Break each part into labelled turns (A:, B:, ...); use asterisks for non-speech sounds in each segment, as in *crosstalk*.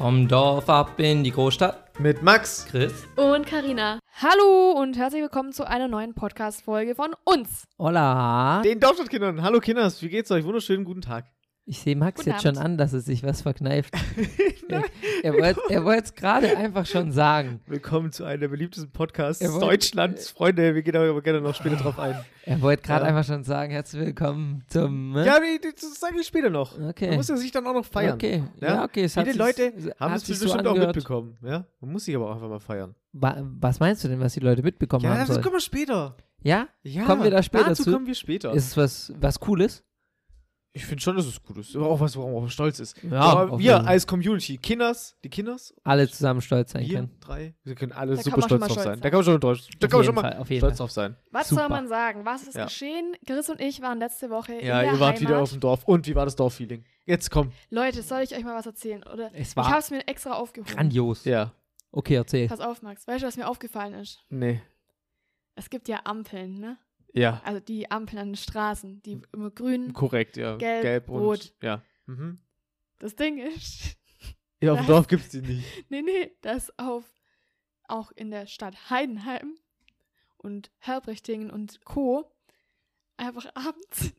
A: Vom Dorf ab in die Großstadt.
B: Mit Max.
A: Chris.
C: Und Karina.
D: Hallo und herzlich willkommen zu einer neuen Podcast-Folge von uns.
A: Hola.
B: Den Dorfstadtkindern. Hallo Kinders, wie geht's euch? Wunderschönen guten Tag.
A: Ich sehe Max
D: Guten
A: jetzt
D: Abend.
A: schon an, dass es sich was
D: *laughs*
A: verkneift. er er wollte es gerade einfach schon sagen.
B: Willkommen zu einem der beliebtesten Podcasts
A: Jawohl.
B: Deutschlands. Freunde, wir gehen da aber gerne noch später drauf ein.
A: Er wollte gerade
B: Ja.
A: einfach schon sagen, herzlich willkommen zum. ne?
B: Ja, nee, das sage ich später noch.
A: Okay.
B: Man muss ja sich dann auch noch feiern.
A: Okay. Ja,
B: Ja?
A: okay. Es hat
B: Viele
A: sich-
B: Leute
A: es
B: haben
A: hat
B: es
A: sich
B: bestimmt auch
A: angehört.
B: mitbekommen. Ja? Man muss sich aber auch einfach mal feiern.
A: Wa- Was meinst du denn, was die Leute mitbekommen
B: Ja,
A: haben
B: das
A: sollen?
B: kommen wir später.
A: Ja?
B: Ja,
A: Oh Kommen wir da später
B: dazu
A: zu?
B: kommen wir später.
A: Ist es was, was Cooles?
B: ich finde schon, dass es gut ist. Aber auch was, worauf man stolz ist.
A: Ja,
B: aber
A: auf
B: wir
A: jeden Fall.
B: als Community, Kinders, die Kinders,
A: Alle zusammen stolz sein
B: wir
A: können.
B: drei, wir können alle
D: Da kann
B: super
D: man schon
B: stolz
D: mal
B: drauf
D: stolz
B: sein.
D: sein.
B: Da kann man schon stolz, da
A: Auf
B: kann man schon
A: jeden
B: mal
A: Fall, auf jeden
B: stolz
A: Fall.
B: drauf sein.
D: Was
A: Super.
D: soll man sagen? Was ist
B: Ja.
D: geschehen? Chris und ich waren letzte Woche
B: Ja,
D: in der
B: ihr wart
D: Heimat.
B: wieder auf dem Dorf. Und wie war das Dorffeeling? Jetzt komm.
D: Leute, soll ich euch mal was erzählen? Oder
A: Es
D: ich habe
A: war
D: es mir extra aufgehoben.
A: grandios.
B: Ja.
A: Okay, erzähl.
D: Pass auf, Max. Weißt du, was mir aufgefallen ist?
B: Nee.
D: Es gibt ja Ampeln, ne?
B: Ja.
D: Also die Ampeln an den Straßen, die immer grün.
B: Korrekt, ja.
D: Ähm, Gelb,
B: und.
D: rot.
B: Ja. Mhm.
D: Das Ding ist,
B: Ja, auf dem
D: Nein.
B: Dorf gibt's die
D: *laughs*
B: nicht.
D: nee, nee, dass auf auch in der Stadt Heidenheim und Herbrechtingen und Co. einfach abends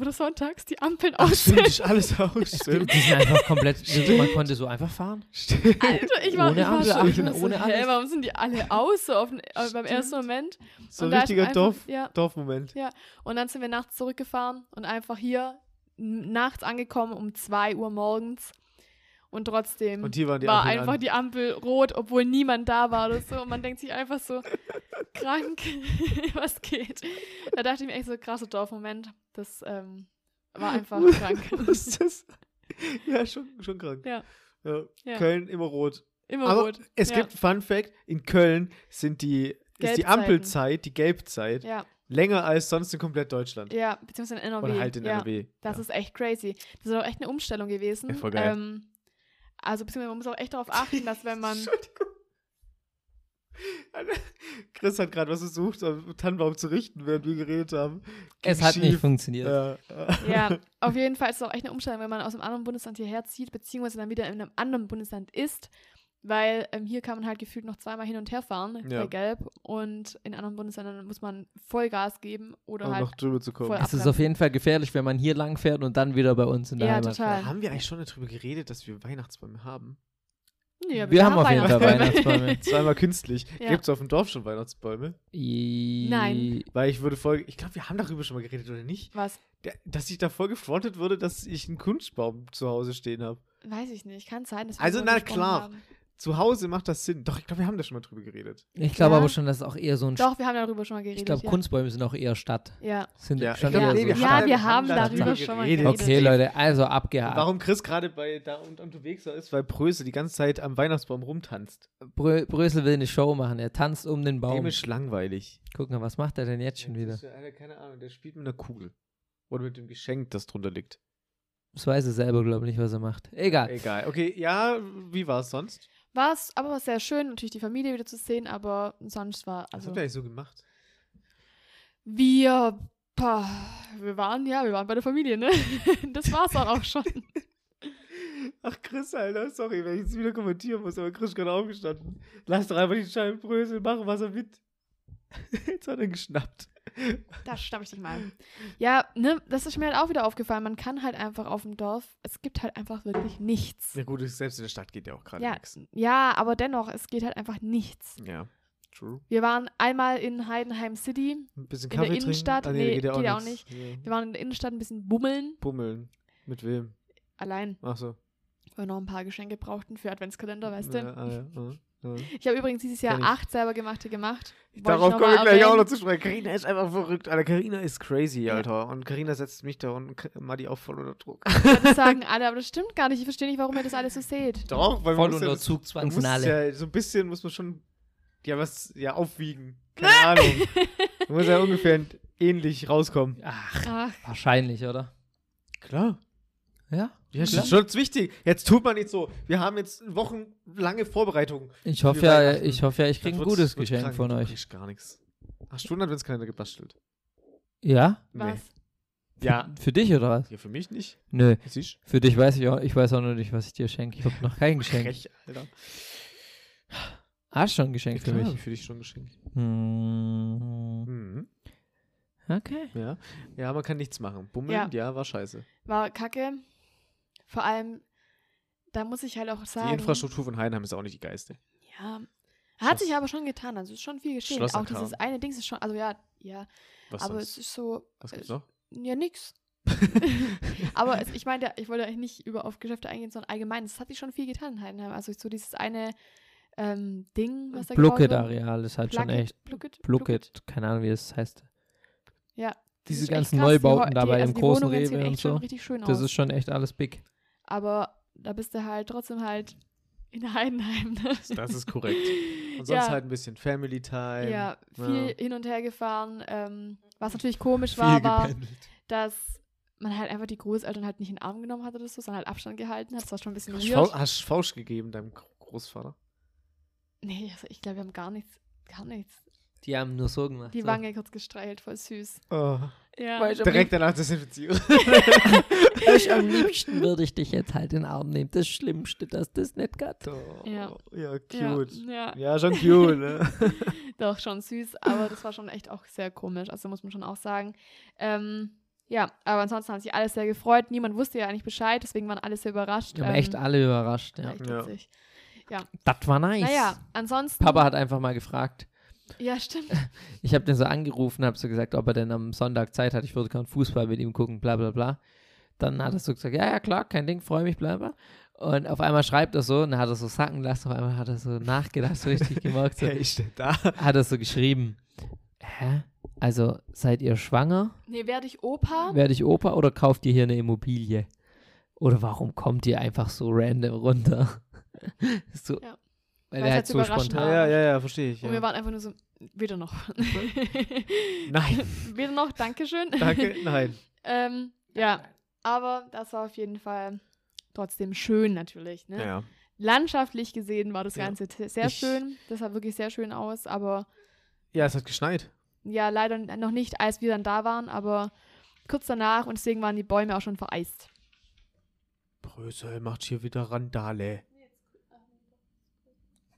D: oder sonntags die Ampeln
B: Stimmt,
D: ausstellen.
B: ist
D: *laughs*
B: alles aus.
A: Die
B: Stimmt.
A: die sind einfach komplett. Man konnte so einfach
B: *laughs*
A: fahren.
B: Stimmt.
D: Alter, ich war,
A: Ohne
D: ich war
A: Ampel, Ampel,
D: schon ich war so,
A: ohne
D: hä,
A: alles.
D: warum sind die alle aus so auf, den- äh, beim
B: Stimmt.
D: ersten Moment?
B: So
D: Und
B: ein
D: da ist
B: richtiger
D: einfach-
B: Dorf,
D: ja.
B: Dorfmoment.
D: Und dann sind wir nachts zurückgefahren und einfach hier n- nachts angekommen um 2 Uhr morgens. Und trotzdem
B: Und hier waren die
D: Mhm. war
B: Ampeln
D: einfach
B: an.
D: die Ampel rot, obwohl niemand da war oder so. Und man denkt sich einfach so, *laughs* krank, *laughs* was geht? Da dachte ich mir echt so, krasser Dorfmoment. Das ähm,
B: *laughs*
D: war einfach krank.
B: Was ist das? *laughs* Ja, schon, schon krank.
D: Ja.
B: Ja.
D: Ja.
B: Köln immer rot.
D: Immer
B: Aber
D: rot.
B: es
D: ja.
B: gibt Fun Fact: In Köln sind die, ist die
D: Gelbzeiten.
B: Ampelzeit, die Gelbzeit,
D: Ja,
B: länger als sonst in komplett Deutschland.
D: ja, beziehungsweise in NRW.
B: Oder halt in
D: ja.
B: NRW.
D: Das ist echt crazy. Das ist auch echt eine Umstellung gewesen.
B: Ja, voll geil.
D: Ähm, also beziehungsweise man muss auch echt darauf achten, dass wenn man
B: Entschuldigung. *laughs* Chris hat gerade was versucht, am Tannenbaum zu richten, während wir geredet haben.
A: Es
B: Ging
A: hat nicht
B: schief.
A: funktioniert.
B: Ja, äh, *laughs*
D: Ja, auf jeden Fall ist es auch echt eine Umstellung, wenn man aus einem anderen Bundesland hierher zieht, beziehungsweise dann wieder in einem anderen Bundesland ist, weil ähm, hier kann man halt gefühlt noch zweimal hin und her fahren
B: Ja.
D: bei Gelb und in anderen Bundesländern muss man Vollgas geben oder
B: um
D: halt.
B: noch drüber zu kommen.
D: voll
A: Es ist
D: Abbremsen.
A: auf jeden Fall gefährlich, wenn man hier lang fährt und dann wieder bei uns in der
D: Ja,
A: Heimat.
D: total.
A: fährt.
B: Haben wir eigentlich schon darüber geredet, dass wir Weihnachtsbäume haben? *laughs*
D: Nee, aber
A: Wir haben auf jeden Fall
D: Weihnachtsbäume.
A: Weihnachtsbäume.
B: Zweimal künstlich.
D: Ja.
B: Gibt es auf dem Dorf schon Weihnachtsbäume?
A: I-
B: Weil ich würde voll. Ich glaube, wir haben darüber schon mal geredet, oder nicht?
D: *laughs* Was?
B: Der- Dass ich da voll gefrontet wurde, dass ich einen Kunstbaum zu Hause stehen habe.
D: Weiß ich nicht, kann sein. Dass wir
B: Also,
D: darüber
B: na
D: gesprochen
B: klar.
D: haben.
B: Zu Hause macht das Sinn. Doch, ich glaube, wir haben da schon mal drüber geredet.
A: Ich glaube
D: Ja.
A: aber schon, dass es auch eher so ein. St-
D: Doch, wir haben darüber schon mal geredet.
A: ich glaube,
D: ja.
A: Kunstbäume sind auch eher Stadt.
D: Ja.
A: Sind
B: Ja, ich
A: schon
B: glaub,
A: eher
D: nee,
A: so
D: wir
A: Stadt.
D: haben- wir darüber
B: darüber
D: schon mal
B: geredet.
D: geredet.
A: Okay, Leute, also abgehakt.
B: Warum Chris gerade bei da und unterwegs ist, weil Pröse die ganze Zeit am Weihnachtsbaum rumtanzt.
A: Brö Brösel will eine Show machen. Er tanzt um den
B: Dem
A: Baum.
B: ist langweilig.
A: Gucken, was macht er denn jetzt schon wieder?
B: Das ist ja einer, keine Ahnung, der spielt mit einer Kugel. Oder mit dem Geschenk, das drunter liegt.
A: Das weiß er selber, glaube ich, nicht, was er macht. Egal.
B: Egal. Okay, ja, wie war es sonst?
D: War es aber was sehr schön, natürlich die Familie wieder zu sehen, aber sonst war.
B: Was
D: Also,
B: habt ihr eigentlich so gemacht?
D: Wir, pa, wir waren, ja, wir waren bei der Familie, ne? *laughs* Das war's dann auch schon.
B: *laughs* Ach, Chris, Alter, sorry, wenn ich es wieder kommentieren muss, aber Chris ist gerade aufgestanden. Lass doch einfach die Scheibe bröseln, machen, was er mit. *laughs* Jetzt hat er geschnappt.
D: Da schnapp ich dich mal. Ja, ne, das ist mir halt auch wieder aufgefallen. Man kann halt einfach auf dem Dorf, es gibt halt einfach wirklich nichts.
B: Na gut, selbst in der Stadt geht ja auch gerade
D: Ja,
B: nichts.
D: ja, aber dennoch, es geht halt einfach nichts.
B: Ja, true.
D: Wir waren einmal in Heidenheim City.
B: Ein bisschen
D: In
B: Kaffee
D: der Innenstadt?
B: trinken. Ah,
D: Nee, geht ja auch
B: nix. Ja.
D: Wir waren in der Innenstadt ein bisschen bummeln.
B: Bummeln. Mit wem?
D: Allein,
B: Ach so.
D: weil wir noch ein paar Geschenke brauchten für Adventskalender, weißt du?
B: Ja, ah, ja,
D: *laughs*
B: ah, ja.
D: Ich habe übrigens dieses Jahr
B: Kenn ich.
D: acht selber gemachte gemacht. Wollte ich
B: Darauf
D: noch
B: komme
D: mal
B: ich gleich auch
D: erwähnen.
B: noch zu sprechen. Karina ist einfach verrückt, Alter. Karina ist crazy,
D: Ja.
B: Alter. Und Karina setzt mich da und K- Madi auch voll unter Druck.
D: Das sagen alle, aber das stimmt gar nicht. Ich verstehe nicht, warum ihr das alles so seht.
B: Doch, weil
A: Voll
B: muss
A: unter
B: ja, man muss es
A: Zugzwangsnale.
B: ja so ein bisschen muss man schon ja was ja aufwiegen.
D: *laughs*
B: Keine Ahnung. Man muss ja ungefähr ähnlich rauskommen.
A: Ach,
D: Ach,
A: wahrscheinlich, oder?
B: Klar.
A: Ja.
B: Ja,
A: Klar.
B: schon, schon ist wichtig. Jetzt tut man nicht so. Wir haben jetzt wochenlange Vorbereitungen.
A: Ich
B: Für
A: hoffe ja,
B: Weihnachten.
A: ich hoffe ja, ich
B: Dann
A: kriege ein
B: wird's-
A: gutes
B: wird's
A: Geschenk
B: krank.
A: von
B: Du
A: euch.
B: kriegst gar nichts. Ach, Stunden Adventskalender gebastelt.
A: Ja?
D: was?
B: Ja.
A: Für dich oder was?
B: Ja, für mich nicht.
A: Nö.
B: Siehst
A: Für dich weiß ich auch, ich weiß auch noch nicht, was ich dir schenke. Ich habe noch kein
B: du?
A: Geschenk.
B: Frech, Alter.
A: Hast schon ein Geschenk für
B: Klar, hab
A: mich.
B: ich Für dich schon geschenkt.
A: Hm,
B: Mhm.
A: Okay.
B: Ja. ja, man kann nichts machen. Bummeln, ja, war scheiße.
D: War kacke. Vor allem, da muss ich halt auch sagen.
B: Die Infrastruktur von Heidenheim ist auch nicht die geilste.
D: Ja. Hat
B: Schloss-
D: sich aber schon getan. Also ist schon viel geschehen.
B: Schloss
D: Auch
B: Ankara.
D: dieses eine Dings ist schon. Also ja, ja.
B: Was
D: aber
B: sonst?
D: es ist so.
B: Was gibt's
D: äh,
B: noch?
A: *laughs*
D: Ja, nix. aber es, ich meinte, ich wollte eigentlich nicht über auf Geschäfte eingehen, sondern allgemein. Es hat sich schon viel getan in Heidenheim. Also so dieses eine ähm, Ding, was da gebaut wurde.
A: Blocket-Areal ist halt schon
D: Plucket,
A: echt.
D: Plucket, Plucket.
A: Blocket, keine Ahnung, wie das heißt.
D: Ja. Das
A: Diese
D: ist echt
A: ganzen
D: krass. Die
A: Neubauten
D: Hol-
A: da
D: die-
A: bei
D: also
A: dem
D: die
A: großen
D: Wohnungen sehen
A: Rewe
D: echt
A: und
D: schon
A: so.
D: richtig schön
A: Das
D: aus.
A: ist schon echt alles big.
D: aber da bist du halt trotzdem halt in Heidenheim. Ne?
B: Das ist
D: *laughs*
B: korrekt. *laughs* Und sonst
D: ja.
B: halt ein bisschen Family Time.
D: Ja, viel
B: ja.
D: hin und her gefahren. Ähm, was natürlich komisch war, war,
B: gependelt.
D: dass man halt einfach die Großeltern halt nicht in den Arm genommen hat oder so, sondern halt Abstand gehalten hat. Das war schon ein bisschen
B: Hast du Fau-
D: weird.
B: Hast du Fausch gegeben deinem Gro- Großvater?
D: Nee, also ich glaube, wir haben gar nichts, gar nichts.
A: Die haben nur so gemacht.
D: Die Wange kurz gestreichelt, voll süß.
A: Oh.
D: Ja.
A: Weil ich am
B: Direkt danach
D: *laughs*
B: desinfizieren.
A: liebsten- *laughs* ich am liebsten würde ich dich jetzt halt in den Arm nehmen. Das Schlimmste, dass das nicht geht.
B: Oh,
D: Ja.
B: ja,
D: Ja,
B: cute.
D: ja,
B: Ja, schon cute, ne?
A: *laughs*
D: doch schon süß, aber das war schon echt auch sehr komisch, also muss man schon auch sagen. Ähm, ja, aber ansonsten haben sich alle sehr gefreut. Niemand wusste ja eigentlich Bescheid, deswegen waren alle sehr überrascht.
A: Die haben echt
D: Ähm,
A: alle überrascht.
D: war
A: Ja.
D: echt
B: Ja.
D: witzig.
A: Das war nice.
D: Naja, ansonsten.
A: Papa hat einfach mal gefragt.
D: Ja, stimmt.
A: Ich habe den so angerufen, habe so gesagt, ob er denn am Sonntag Zeit hat. Ich würde gern Fußball mit ihm gucken, bla bla bla. Dann hat er so gesagt, ja, ja, klar, kein Ding, freue mich, bla bla. Und auf einmal schreibt er so, und dann hat er so sacken lassen, auf einmal hat er so nachgedacht, so richtig gemerkt, so,
B: Hey, ich steh da.
A: hat er so geschrieben, hä? Also, seid ihr schwanger?
D: Nee, werde ich Opa?
A: Werde ich Opa oder kauft ihr hier eine Immobilie? Oder warum kommt ihr einfach so random runter? *laughs* so,
D: Ja.
A: Weil er
D: Weil es
A: halt
D: halt
A: so
D: überraschend
A: spontan.
D: war.
B: Ja, ja, ja, verstehe ich.
D: Und wir
B: Ja.
D: waren einfach nur so,
B: *laughs*
D: weder noch.
B: Nein,
D: weder noch, Dankeschön. *laughs*
B: danke, nein.
D: ähm, ja, aber das war auf jeden Fall trotzdem schön natürlich. Ne?
B: Ja.
D: Landschaftlich gesehen war das
B: Ja.
D: Ganze t- sehr
B: Ich-
D: schön. Das sah wirklich sehr schön aus, aber
B: ja, es hat geschneit.
D: ja, leider noch nicht, als wir dann da waren, aber kurz danach und deswegen waren die Bäume auch
B: *laughs*
D: schon vereist.
B: Brösel macht hier wieder Randale.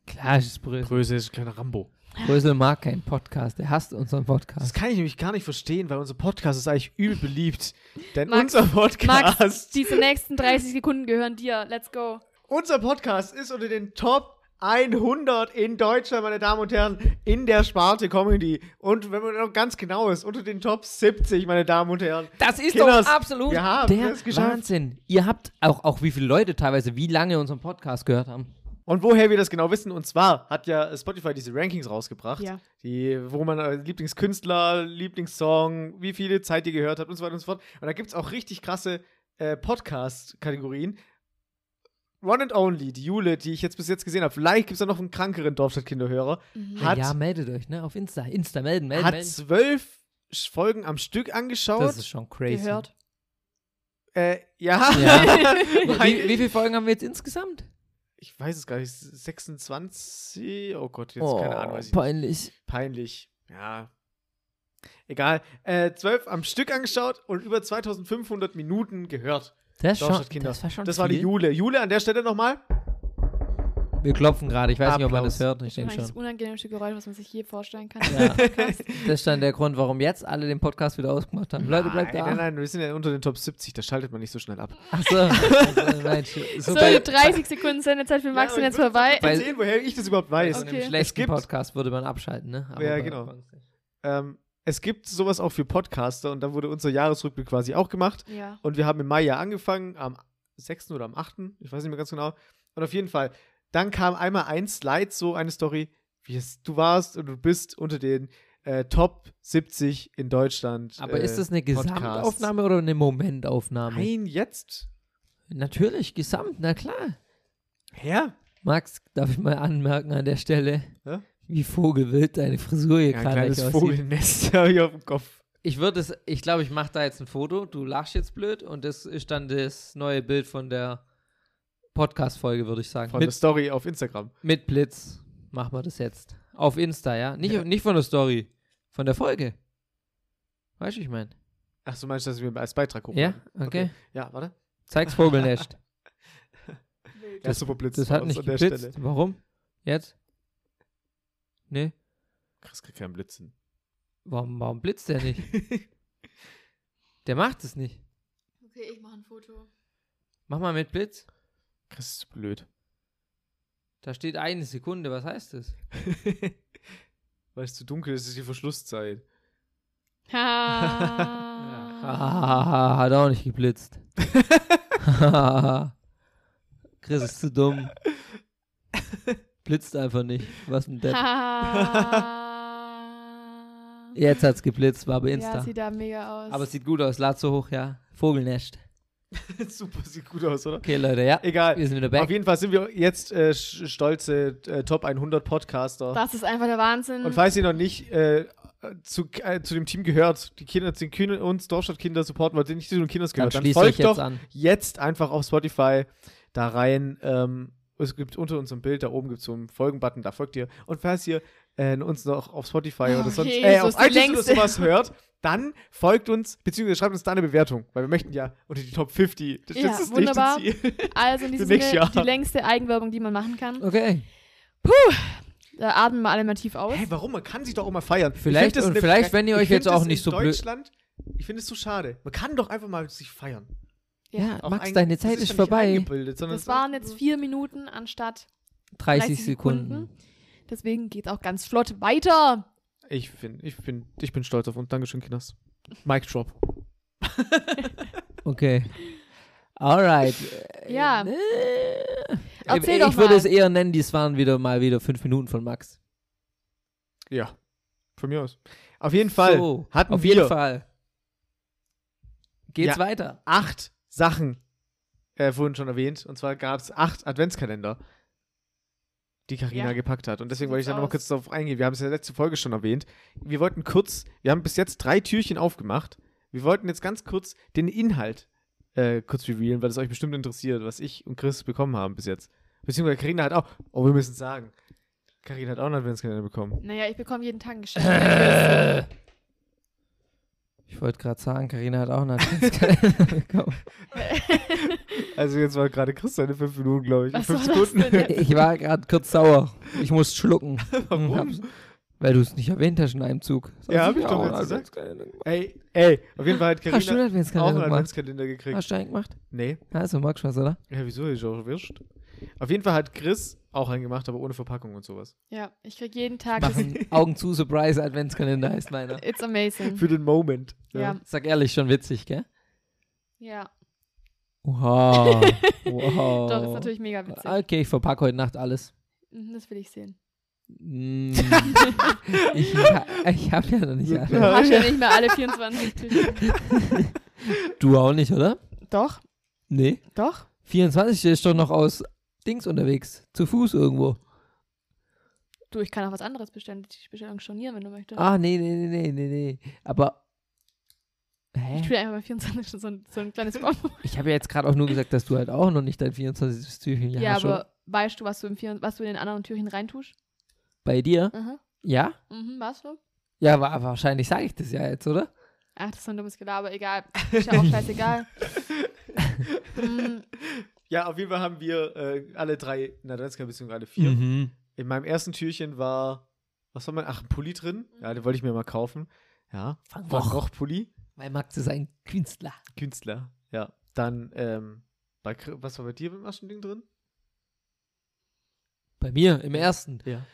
A: Klar, ist es Brösel.
B: Brösel ist ein kleiner Rambo.
A: Brösel mag keinen Podcast, er hasst unseren
B: Das
A: Podcast.
B: kann ich nämlich gar nicht verstehen, weil unser Podcast ist eigentlich übel beliebt. Denn
D: Max,
B: unser Podcast,
D: Max, diese nächsten 30 Sekunden gehören dir. Let's go.
B: *laughs* unser Podcast ist unter den Top 100 in Deutschland, meine Damen und Herren, in der Sparte Comedy. Und wenn man noch ganz genau ist, unter den Top 70, meine Damen und Herren.
A: Das ist
B: Kinders,
A: doch absolut
B: wir haben
A: der
B: es geschafft.
A: Wahnsinn. Ihr habt auch, auch wie viele Leute teilweise, wie lange unseren Podcast gehört haben.
B: Und woher wir das genau wissen, und zwar hat ja Spotify diese Rankings rausgebracht,
D: Ja.
B: die, wo man äh, Lieblingskünstler, Lieblingssong, wie viele Zeit ihr gehört habt und so weiter und so fort. Und da gibt es auch richtig krasse äh, Podcast-Kategorien. One and Only, die Jule, die ich jetzt bis jetzt gesehen habe. Vielleicht gibt es da noch einen krankeren Dorfstadt-Kinderhörer.
D: Mhm.
B: Hat,
A: ja, meldet euch, ne? Auf Insta. Insta melden, melden,
B: hat
A: melden.
B: zwölf Sch- Folgen am Stück angeschaut.
A: Das ist schon crazy.
D: Gehört.
B: äh, *laughs* ja.
A: Ja. wie,
D: *laughs*
B: Nein,
A: wie viele Folgen haben wir jetzt insgesamt?
B: ich weiß es gar nicht. 26? Oh Gott, jetzt keine Ahnung. Weiß ich
A: peinlich.
B: Peinlich. Ja. Egal. Äh, 12 am Stück angeschaut und über 2500 Minuten gehört.
A: Das, ist schon,
B: Dorfstadt Kinder.
A: das war schon
B: war die
A: viel.
B: Jule. Jule, an der
A: *laughs*
B: Stelle nochmal.
A: Wir klopfen gerade. Ich weiß nicht, ob man
B: Applaus.
A: das hört. Ich
D: Das
A: denke
D: ist das
A: schon.
D: unangenehmste Geräusch, was man sich je vorstellen kann.
A: Ja.
D: *laughs*
A: Das ist dann der Grund, warum jetzt alle den Podcast wieder ausgemacht haben. Leute, bleibt
B: nein,
A: da.
B: Nein, nein, wir sind ja unter den Top 70. Da schaltet man nicht so schnell ab. *laughs*
A: Achso. Also, nein,
D: So,
A: so
D: die
A: bei,
D: 30 Sekunden Sendezeit für Max
B: Ja,
D: sind
B: aber
D: jetzt
B: ich würd-
D: vorbei.
A: Weil-
B: Mal sehen, woher ich das überhaupt weiß.
A: bei einem
D: Okay.
B: Es
A: schlechten
B: gibt-
A: Podcast würde man abschalten, ne?
B: Ja,
A: bei-
B: genau. Ähm, es gibt sowas auch für Podcaster und dann wurde unser Jahresrückblick quasi auch gemacht.
D: Ja.
B: Und wir haben im Mai ja angefangen, am 6. oder am 8. Ich weiß nicht mehr ganz genau. Und auf jeden Fall, dann kam einmal ein Slide, so eine Story, wie es du warst und du bist unter den äh, Top 70 in Deutschland.
A: Aber
B: äh,
A: ist das eine
B: Podcasts.
A: Gesamtaufnahme oder eine Momentaufnahme?
B: Nein, jetzt?
A: Natürlich, gesamt, na klar.
B: Ja.
A: Max, darf ich mal anmerken an der Stelle,
B: Ja?
A: wie vogelwild deine Frisur hier
B: ja ein
A: gerade
B: kleines
A: aussieht.
B: Vogelnest *laughs* habe ich auf dem Kopf.
A: Ich würde es, ich glaube, ich mache da jetzt ein Foto, du lachst jetzt blöd und das ist dann das neue Bild von der Podcast-Folge, würde ich sagen.
B: Von der
A: Mit,
B: Story auf Instagram.
A: mit Blitz machen wir das jetzt. Auf Insta, ja? Nicht,
B: Ja.
A: nicht von der Story, von der Folge. Weißt du, ich meine?
B: Ach, du meinst, dass wir als Beitrag gucken?
A: Ja,
B: werden?
A: okay.
B: Ja, warte.
A: Zeig's Vogelnest.
B: Das, super blitz
A: Das
B: war
A: hat
B: das
A: nicht
B: an der
A: geblitzt.
B: Stelle.
A: Warum? Jetzt? Nee.
B: Chris kriegt kein *laughs* Blitzen.
A: Warum, warum blitzt der nicht? der macht es nicht.
D: Okay, ich mache ein Foto.
A: Mach mal mit Blitz.
B: Chris ist blöd.
A: Da steht eine Sekunde. Was heißt das?
B: Weil es zu dunkel ist, ist die Verschlusszeit.
D: Ha. *laughs*
B: *laughs*
A: Ah, hat auch nicht geblitzt. Chris ist zu dumm. Blitzt einfach nicht. Was denn das?
D: Ha.
A: Jetzt hat's geblitzt, war bei Insta.
D: Ja, sieht da mega aus.
A: Aber es sieht gut aus. Lad so hoch, ja. Vogelnest.
B: Super, sieht *laughs* gut aus, oder?
A: Okay, Leute, ja.
B: Egal.
A: Wir sind wieder
B: Auf
A: back.
B: jeden Fall sind wir jetzt äh, sch- stolze äh, Top 100 Podcaster.
D: das ist einfach der Wahnsinn.
B: Und falls ihr noch nicht äh, zu, äh, zu dem Team gehört, die Kinder, zu den Kühn- uns Dorfstadtkinder supporten wollt, die nicht zu den Kindern
A: Dann
B: gehört, Genau, dann,
A: schließt euch
B: folgt
A: jetzt
B: doch
A: an.
B: jetzt einfach auf Spotify da rein. Ähm, es gibt unter uns ein Bild, da oben gibt es so einen Folgen-Button, da folgt ihr. Und falls ihr äh, uns noch auf Spotify
D: Oh,
B: oder sonst
D: Jesus,
B: äh, auf
D: die
B: iTunes oder
D: längste.
B: sowas hört, dann folgt uns, beziehungsweise schreibt uns da eine Bewertung, weil wir möchten ja unter die Top 50. Das,
D: Ja,
B: das ist
D: wunderbar. *laughs*
B: nicht das Ziel.
D: also in diesem
B: Für mich,
D: Sinne
B: ja.
D: die längste Eigenwerbung, die man machen kann.
A: Okay.
D: Da atmen wir alle mal tief aus.
B: Hey, warum? Man kann sich doch auch mal feiern. Ich
A: Vielleicht-
B: find das
A: und
B: eine
A: vielleicht,
B: Fre-
A: wenn ihr
B: ich
A: euch jetzt
B: find das
A: auch nicht
B: in
A: so blöd-
B: Deutschland, ich finde es so schade. Man kann doch einfach mal sich feiern.
A: Ja,
B: Auch
A: Max,
B: ein-
A: deine
B: das
A: Zeit
B: ja
A: ist
B: nicht
A: vorbei.
B: eingebildet, sondern
D: Das
B: es-
D: waren jetzt vier Minuten anstatt
A: 30 Sekunden.
D: Deswegen geht auch ganz flott weiter.
B: Ich bin, ich bin, ich bin stolz auf uns. Dankeschön, Kinders. Mic drop.
A: Okay. Alright. Äh,
D: *laughs* Ja.
A: ne?
D: Erzähl
A: ich
D: doch
A: ich würde
D: mal.
A: es eher nennen, dies waren wieder mal wieder fünf Minuten von Max.
B: Ja. Von mir aus. Auf jeden Fall
A: So,
B: hatten
A: auf
B: wir
A: jeden Fall. Geht's
B: Ja.
A: weiter?
B: acht Sachen äh, vorhin schon erwähnt. Und zwar gab es acht Adventskalender, die Karina
D: Ja.
B: gepackt hat. Und deswegen
D: So
B: wollte ich da
D: sieht's
B: nochmal
D: aus.
B: kurz darauf eingehen. Wir haben es ja letzte Folge schon erwähnt. Wir wollten kurz, wir haben bis jetzt drei Türchen aufgemacht. Wir wollten jetzt ganz kurz den Inhalt äh, kurz revealen, weil es euch bestimmt interessiert, was ich und Chris bekommen haben bis jetzt. Beziehungsweise Karina hat auch, oh, wir müssen sagen, Karina hat auch einen Adventskalender bekommen.
D: Naja, ich bekomme jeden Tag ein
B: *laughs*
D: Geschenk. Danke.
A: Ich wollte gerade sagen, Karina hat auch *laughs* einen Adventskalender bekommen.
B: Also jetzt war gerade Chris seine fünf Minuten, glaube ich.
D: Was
B: fünf
D: war das
B: Sekunden.
D: denn jetzt?
A: Ich war gerade kurz sauer. Ich musste schlucken.
B: *laughs* Warum?
A: Hab's- Weil du es nicht erwähnt hast in einem Zug. Sonst
B: Ja, hab
A: hätte
B: ich doch
A: auch
B: jetzt
A: einen
B: gesagt.
A: Adventskalender gemacht.
B: *laughs* Ey, ey, auf jeden
D: Ah,
B: Fall hat
A: Hast du einen
B: Karina auch
A: Adventskalender
B: einen
A: gemacht?
B: Adventskalender gekriegt.
A: Hast du einen gemacht?
B: Nee.
A: Also, magst du was, oder?
B: Ja, wieso? Ich auch erwischt. Auf jeden Fall hat Chris auch einen gemacht, aber ohne Verpackung und sowas.
D: ja, ich kriege jeden Tag. Das,
A: Machen Augen zu, Surprise, Adventskalender heißt meiner.
D: *laughs* it's amazing.
B: Für den Moment.
D: Mhm. Ja.
A: Sag ehrlich, schon witzig, gell?
D: Ja,
A: *laughs* Oha. Wow.
D: doch, ist natürlich mega witzig.
A: Okay, ich verpacke heute Nacht alles.
D: Mhm, Das will ich sehen. *laughs*
A: Mm. ich ha- ich habe ja noch nicht alle.
D: Du
B: Ja,
D: hast ja
B: ja.
D: nicht mehr alle 24 Tüten.
A: Du auch nicht, oder?
D: *laughs* Doch,
A: Nee.
D: doch.
A: 24 ist doch noch aus Dings unterwegs. Zu Fuß irgendwo.
D: Du, ich kann auch was anderes bestellen. Die Bestellung stornieren, wenn du möchtest.
A: Ah, nee, nee, nee, nee, nee, nee. Aber.
D: Ich
A: Hä?
D: tue einfach bei 24 schon so ein, so ein kleines Bonbon.
A: Ich habe ja jetzt gerade auch nur gesagt, dass du halt auch noch nicht dein 24. Türchen
D: Ja,
A: hast, oder?
D: aber weißt du, was du, im Vier was du in den anderen Türchen reintust?
A: Bei dir?
D: Aha.
A: Ja?
D: Mhm, warst du?
A: Ja, wa wahrscheinlich sage ich das ja jetzt, oder?
D: Ach, das ist so ein dummes Gelaber, egal. Ist *laughs* ja auch scheißegal. mm,
B: ja, auf jeden Fall haben wir äh, alle drei, na, das kann beziehungsweise alle vier.
A: Mhm.
B: In meinem ersten Türchen war, was war mein, ach, ein Pulli drin. Ja, den wollte ich mir mal kaufen. Ja,
A: Van Gogh.
B: Van Gogh Pulli.
A: Weil Max ist ein Künstler.
B: Künstler. Ja, dann, ähm, bei, Chris- was war bei dir im ersten Ding drin?
A: Bei mir, im ersten.
B: Ja.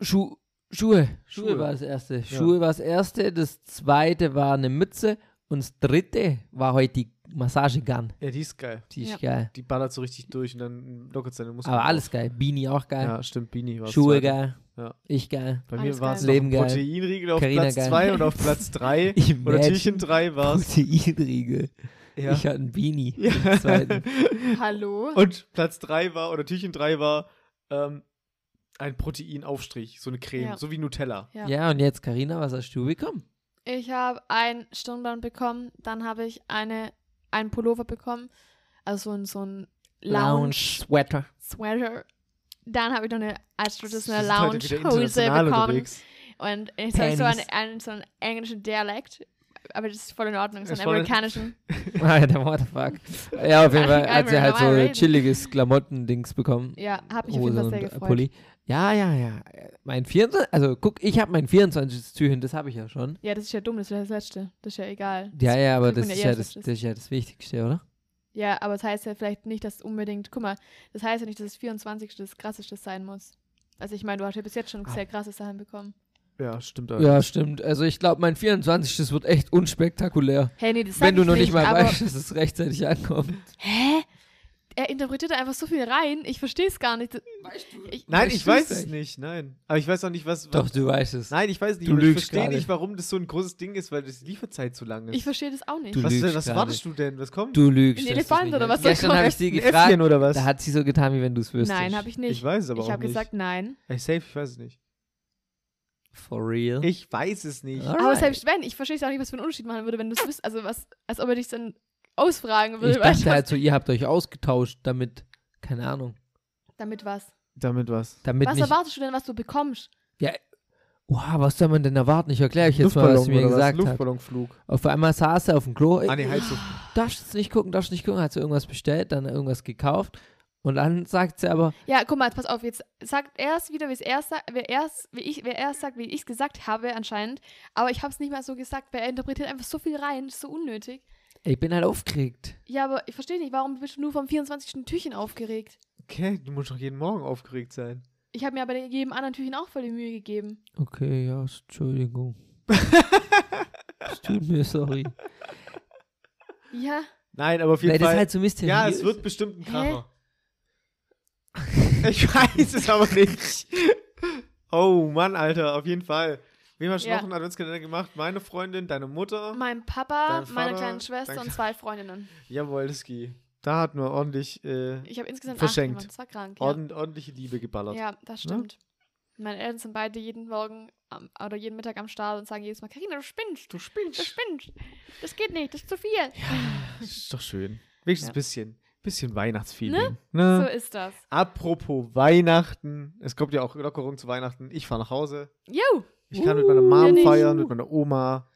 A: Schuh, Schuhe. Schuhe.
B: Schuhe.
A: war das erste. Schuhe war das erste. Das zweite war eine Mütze. Und das dritte war heute die Massagegun.
B: Ja, die ist geil.
A: Die ist
D: Ja.
A: geil.
B: Die ballert so richtig durch und dann hm, lockert seine Muskeln.
A: Aber alles
B: auf.
A: geil. Beanie auch geil.
B: Ja, stimmt, Bini war das
A: Schuhe
B: zweite.
A: geil.
B: Ja.
A: Ich geil.
B: Bei
D: Alles
B: mir war es
A: geil. Leben geil.
B: Proteinriegel auf
A: Carina
B: Platz
A: geil.
B: 2 und auf Platz 3 oder
A: *laughs* Imagine.
B: Türchen 3 war es.
A: Proteinriegel.
B: Ja.
A: *laughs* Ich hatte einen Beanie.
B: Ja.
A: im zweiten.
D: hallo?
B: *laughs* Und Platz 3 war, oder Türchen 3 war, ähm, ein Proteinaufstrich, so eine Creme,
D: Ja.
B: so wie Nutella.
A: Ja.
D: Ja.
A: und jetzt, Karina, was hast du bekommen?
D: Ich habe ein Stirnband bekommen, dann habe ich eine, einen Pullover bekommen, also so ein, so ein
A: Sweater.
D: Lounge-Sweater. Dann habe ich noch eine Oh, als traditionelle
B: Wir sind heute wieder
D: Lounge-Hose
B: international
D: bekommen.
B: unterwegs.
D: Und ich sage so einen,
A: Penis.
D: einen, so einen englischen Dialekt, aber das ist voll in Ordnung, so
B: Ist
D: einen
B: voll-
D: amerikanischen.
A: *laughs* Alter, what the fuck. Ja, auf jeden Fall
D: Alter,
A: hat sie halt
D: normal
A: so
D: reden.
A: chilliges Klamottendings bekommen.
D: Ja, habe mich auf jeden Fall sehr
A: und, äh,
D: gefreut.
A: Pulli. Ja, ja, ja. Mein 24, also guck, ich habe mein 24. Türchen, das habe ich ja schon.
D: Ja, das ist ja dumm, das ist ja das Letzte. Das ist ja egal.
A: Ja, ja, aber
D: kriegt
A: das
D: man
A: ist
D: eh
A: ja
D: als
A: das, das
D: letztes.
A: ist ja das Wichtigste, oder?
D: Ja, aber es das heißt ja vielleicht nicht, dass unbedingt, guck mal, das heißt ja nicht, dass das 24. das Krasseste sein muss. Also ich meine, du hast ja bis jetzt schon
A: Ah.
D: sehr krasse Sachen bekommen.
B: Ja, stimmt. Alter.
A: Ja, stimmt. Also ich glaube, mein 24. Das wird echt unspektakulär.
D: Hey, nee, das sag
A: Wenn du
D: ich
A: noch nicht mal
D: aber,
A: weißt, dass es rechtzeitig ankommt.
D: Hä? Er interpretiert da einfach so viel rein, ich verstehe es gar nicht. Ich,
B: Nein,
A: Das
B: ich weiß
A: stimmt
B: es
A: echt.
B: nicht, nein. Aber ich weiß auch nicht, was.
A: Doch,
B: was
A: du weißt es.
B: nein, ich weiß nicht.
A: Du
B: aber ich
A: lügst
B: verstehe
A: gerade.
B: nicht, warum das so ein großes Ding ist, weil das die Lieferzeit so lang ist.
D: ich verstehe das auch nicht.
A: Du
B: was
A: lügst
B: was
A: gerade.
B: wartest du denn? Was kommt?
A: Du lügst.
D: Ein
A: dass du's
D: Elefant
A: nicht
D: oder
A: weißt.
D: was soll
A: Gestern habe ich sie
B: Ein
A: gefragt.
B: Äffchen oder was?
A: Da hat sie so getan, wie wenn du es wüsstest.
D: nein, habe ich nicht.
B: ich weiß es aber
D: ich
B: auch
D: habe
B: nicht.
D: gesagt, nein.
B: Ey, safe, ich weiß es nicht.
A: For real.
D: Hm?
B: Ich weiß es nicht.
A: Alright.
D: Aber selbst wenn, ich verstehe es auch nicht, was für einen Unterschied machen würde, wenn du es wüsstest. Also was, als ob er dich dann ausfragen
A: ich
D: würde. weißt du,
A: dachte halt so, ihr habt euch ausgetauscht, damit, keine Ahnung,
D: was- damit was.
B: Damit was?
A: damit
D: was
A: nicht.
D: erwartest du denn, was du bekommst?
A: Oha, was soll man denn erwarten? Ich erkläre euch jetzt mal, was sie mir
B: oder
A: gesagt hat.
B: Luftballonflug.
A: Auf einmal saß sie auf dem Klo.
B: Ah, nee, Heizung.
A: darfst jetzt nicht gucken, darfst nicht gucken. Hat sie irgendwas bestellt, dann irgendwas gekauft. Und dann sagt sie aber,
D: Ja, guck mal, jetzt pass auf, jetzt sagt er es wieder, wie es er sagt, wie er's, wie ich, wie er es sagt, wie ich es gesagt habe anscheinend. Aber ich habe es nicht mal so gesagt, weil er interpretiert einfach so viel rein, ist so unnötig.
A: ey, ich bin halt aufgeregt.
D: Ja, aber ich verstehe nicht, warum bist du nur vom 24. Türchen aufgeregt?
B: Okay, du musst doch jeden Morgen aufgeregt sein.
D: Ich habe mir aber bei jedem anderen Türchen auch voll die Mühe gegeben.
A: Okay, ja, Entschuldigung. *laughs* es tut mir sorry.
D: Ja,
B: Nein, aber auf jeden
A: Weil das
B: Fall.
A: ist halt so mysteriös.
B: ja, es wird bestimmt ein
D: Hä?
B: Kracher. *laughs* ich weiß es aber
D: *laughs*
B: nicht. Oh Mann, Alter, auf jeden Fall. Wem hast du
D: Ja.
B: noch einen Adventskalender gemacht? Meine Freundin, deine Mutter?
D: mein Papa,
B: Dein
D: meine
B: Vater,
D: kleine Schwester
B: dein-
D: und zwei Freundinnen.
B: Jawolski. Da hat man ordentlich, äh,
D: Ich habe insgesamt
B: Verschenkt.
D: acht gemacht, das war krank. Ja,
B: ordn ordentliche Liebe geballert.
D: ja das
B: Ne?
D: stimmt. Meine Eltern sind beide jeden Morgen am, oder jeden Mittag am Start und sagen jedes Mal, Karina, du spinnst,
B: Du
D: du
B: spinnst.
D: spinnst, das geht nicht, das ist zu viel.
B: Das ist doch schön. Wenigstens ein
D: Ja.
B: bisschen. Bisschen Weihnachtsfeeling.
D: So
B: Ne?
D: ist das.
B: Apropos Weihnachten. Es kommt ja auch Lockerung zu Weihnachten. Ich fahre nach Hause.
D: Jo!
B: Ich kann mit meiner
D: Uh, ja
B: Mom
D: nicht.
B: feiern, mit meiner Oma.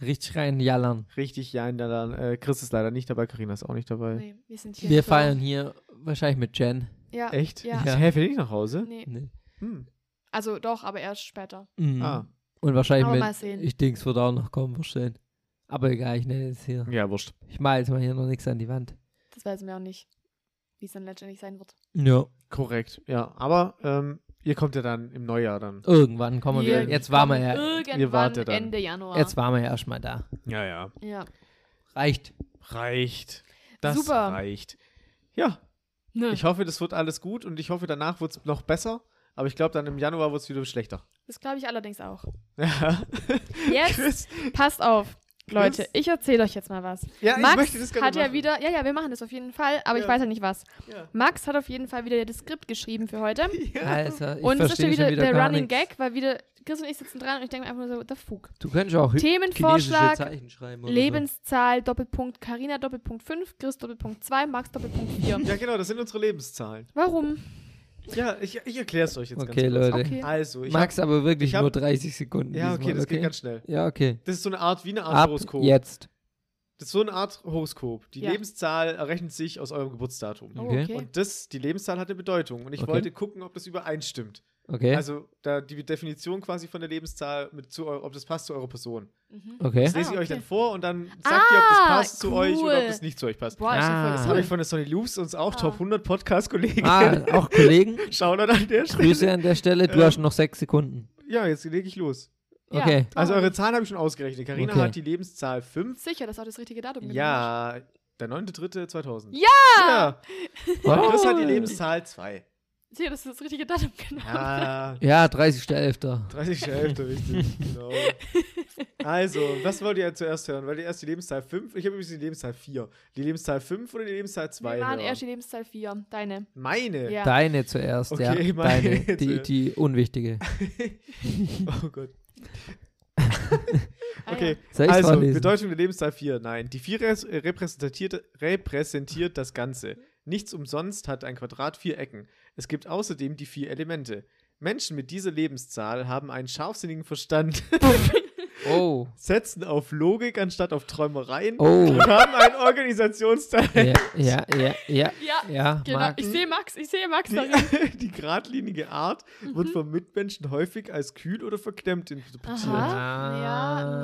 A: Richtig rein jallern.
B: Richtig, ja, in der dann. Äh, Chris ist leider nicht dabei, Karina ist auch nicht dabei.
D: Nee, wir sind hier.
A: Wir
D: so.
A: feiern hier wahrscheinlich mit Jen.
D: Ja.
B: Echt?
D: Ja.
B: Ich, hä, will ich nach Hause?
D: Nee.
A: Nee.
B: Hm.
D: Also doch, aber erst später.
A: Mhm.
B: Ah.
A: Und wahrscheinlich
D: Aber
A: mit,
D: mal sehen.
A: ich denke, es wird auch noch kommen, wahrscheinlich. Aber egal, ich nenne es hier.
B: Ja, wurscht.
A: Ich male jetzt mal hier noch nichts an die Wand.
D: Das weiß mir auch nicht, wie es dann letztendlich sein wird.
A: Ja.
B: Korrekt, ja. Aber ähm, ihr kommt ja dann im Neujahr dann.
A: Irgendwann kommen wir.
D: Irgendwann-
A: Jetzt waren wir ja,
B: Ihr
D: Irgendwann
B: wartet dann.
D: Ende Januar.
A: jetzt waren wir ja erstmal da.
B: Ja, ja.
D: Ja.
A: Reicht.
B: Reicht. Das
D: Super.
B: reicht. Ja,
D: Nö.
B: ich hoffe, das wird alles gut und ich hoffe, danach wird es noch besser. Aber ich glaube, dann im Januar wird es wieder schlechter. *laughs*
D: Das glaube ich allerdings auch.
B: Ja.
D: Jetzt
B: Chris,
D: passt auf, Leute.
B: Chris?
D: Ich erzähle euch jetzt mal was.
B: ja, ich
D: Max
B: möchte das gerne
D: hat ja
B: machen.
D: wieder, ja, ja, wir machen das auf jeden Fall, aber ich
B: Ja.
D: weiß ja nicht was.
B: Ja.
D: Max hat auf jeden Fall wieder das Skript geschrieben für heute.
A: Alter, Also, ich
D: und es ist ja
A: verstehe
D: wieder,
A: schon wieder
D: der
A: gar
D: Running
A: nichts.
D: Gag, weil wieder Chris und ich sitzen dran und ich denke mir einfach nur so, der Fug.
A: Du könntest auch chinesische
D: Themenvorschlag,
A: Zeichen schreiben. Oder
D: Lebenszahl, Doppelpunkt, Karina Doppelpunkt 5, Chris Doppelpunkt 2, Max Doppelpunkt 4.
B: ja, genau, das sind unsere Lebenszahlen.
D: Warum?
B: Ja, ich, ich erkläre es euch jetzt
A: So.
B: ganz
A: Okay,
B: kurz.
A: Leute.
D: Okay.
B: Also, ich
A: Max aber wirklich
B: ich hab-
A: nur 30 Sekunden.
B: hab, Ja, okay,
A: diesmal,
B: das
A: okay?
B: geht ganz schnell.
A: Ja, okay.
B: Das ist so eine Art, wie eine Art
A: Ab
B: Horoskop.
A: jetzt.
B: Das ist so eine Art Horoskop. Die
D: Ja.
B: Lebenszahl errechnet sich aus eurem Geburtsdatum.
D: Oh,
A: Okay.
D: okay.
B: Und das, die Lebenszahl hat eine Bedeutung. Und ich
A: Okay.
B: wollte gucken, ob das übereinstimmt.
A: Okay.
B: Also da die Definition quasi von der Lebenszahl, mit zu, eu- ob das passt zu eurer Person.
D: Mhm.
B: *laughs*
A: okay.
B: Das lese ich
D: Ah,
B: euch
D: okay.
B: dann vor und dann sagt ihr, ob das
D: Ah,
B: passt zu euch oder ob
D: cool.
B: das nicht zu euch passt.
D: Boah, ich
A: Ah.
D: bin
B: Das
D: voll
B: habe ich
D: gesund.
B: von der Sonny Loops, uns auch
D: Ah.
B: Top 100
A: Ah,
B: Podcast-Kollegin. *laughs*
A: auch Kollegen,
B: Schau da an der Stelle.
A: Grüße an der Stelle. Du
B: Ähm.
A: hast noch sechs Sekunden.
B: Ja, jetzt lege ich los.
D: Ja.
A: Okay.
B: Also eure Zahlen habe ich schon ausgerechnet. Karina
A: Okay.
B: hat die Lebenszahl 5.
D: Sicher, das ist auch das richtige Datum. genommen hast.
B: Ja, der 9.3.2000.
D: Ja!
B: ja!
A: Oh.
B: Chris hat die Lebenszahl 2.
D: Sicher, das ist das richtige Datum genommen. *laughs*
B: Ja,
A: Ja, 30.11.
B: 30 Hälfte, richtig. genau. Also, was wollt ihr zuerst hören? Wollt ihr erst die Lebenszahl 5? Ich habe übrigens die Lebenszahl 4. Die Lebenszahl 5 oder die Lebenszahl 2?
D: Wir waren
B: hören?
D: erst die Lebenszahl 4. Deine.
B: Meine?
D: Ja.
A: Deine zuerst,
B: Okay,
A: ja.
B: meine äh.
A: Deine, die,
B: zuerst.
A: die unwichtige.
B: *laughs* Oh Gott.
D: Ah,
B: Okay,
A: Soll ich's
B: also,
A: vorlesen?
B: Bedeutung der Lebenszahl 4. Nein, die 4 res- äh, repräsentiert, repräsentiert das Ganze. Nichts umsonst hat ein Quadrat vier Ecken. Es gibt außerdem die vier Elemente. Menschen mit dieser Lebenszahl haben einen scharfsinnigen Verstand, *laughs*
A: Oh.
B: setzen auf Logik anstatt auf Träumereien *laughs*
A: Oh.
B: und haben ein Organisationstalent.
A: Ja, ja, ja, ja.
D: Ja,
A: Ja,
D: genau.
A: Marc.
D: Ich sehe Max, ich sehe Max darin.
B: *laughs* Die, die geradlinige Art
D: Mhm.
B: wird von Mitmenschen häufig als kühl oder verklemmt interpretiert.
D: Aha.
A: Ah.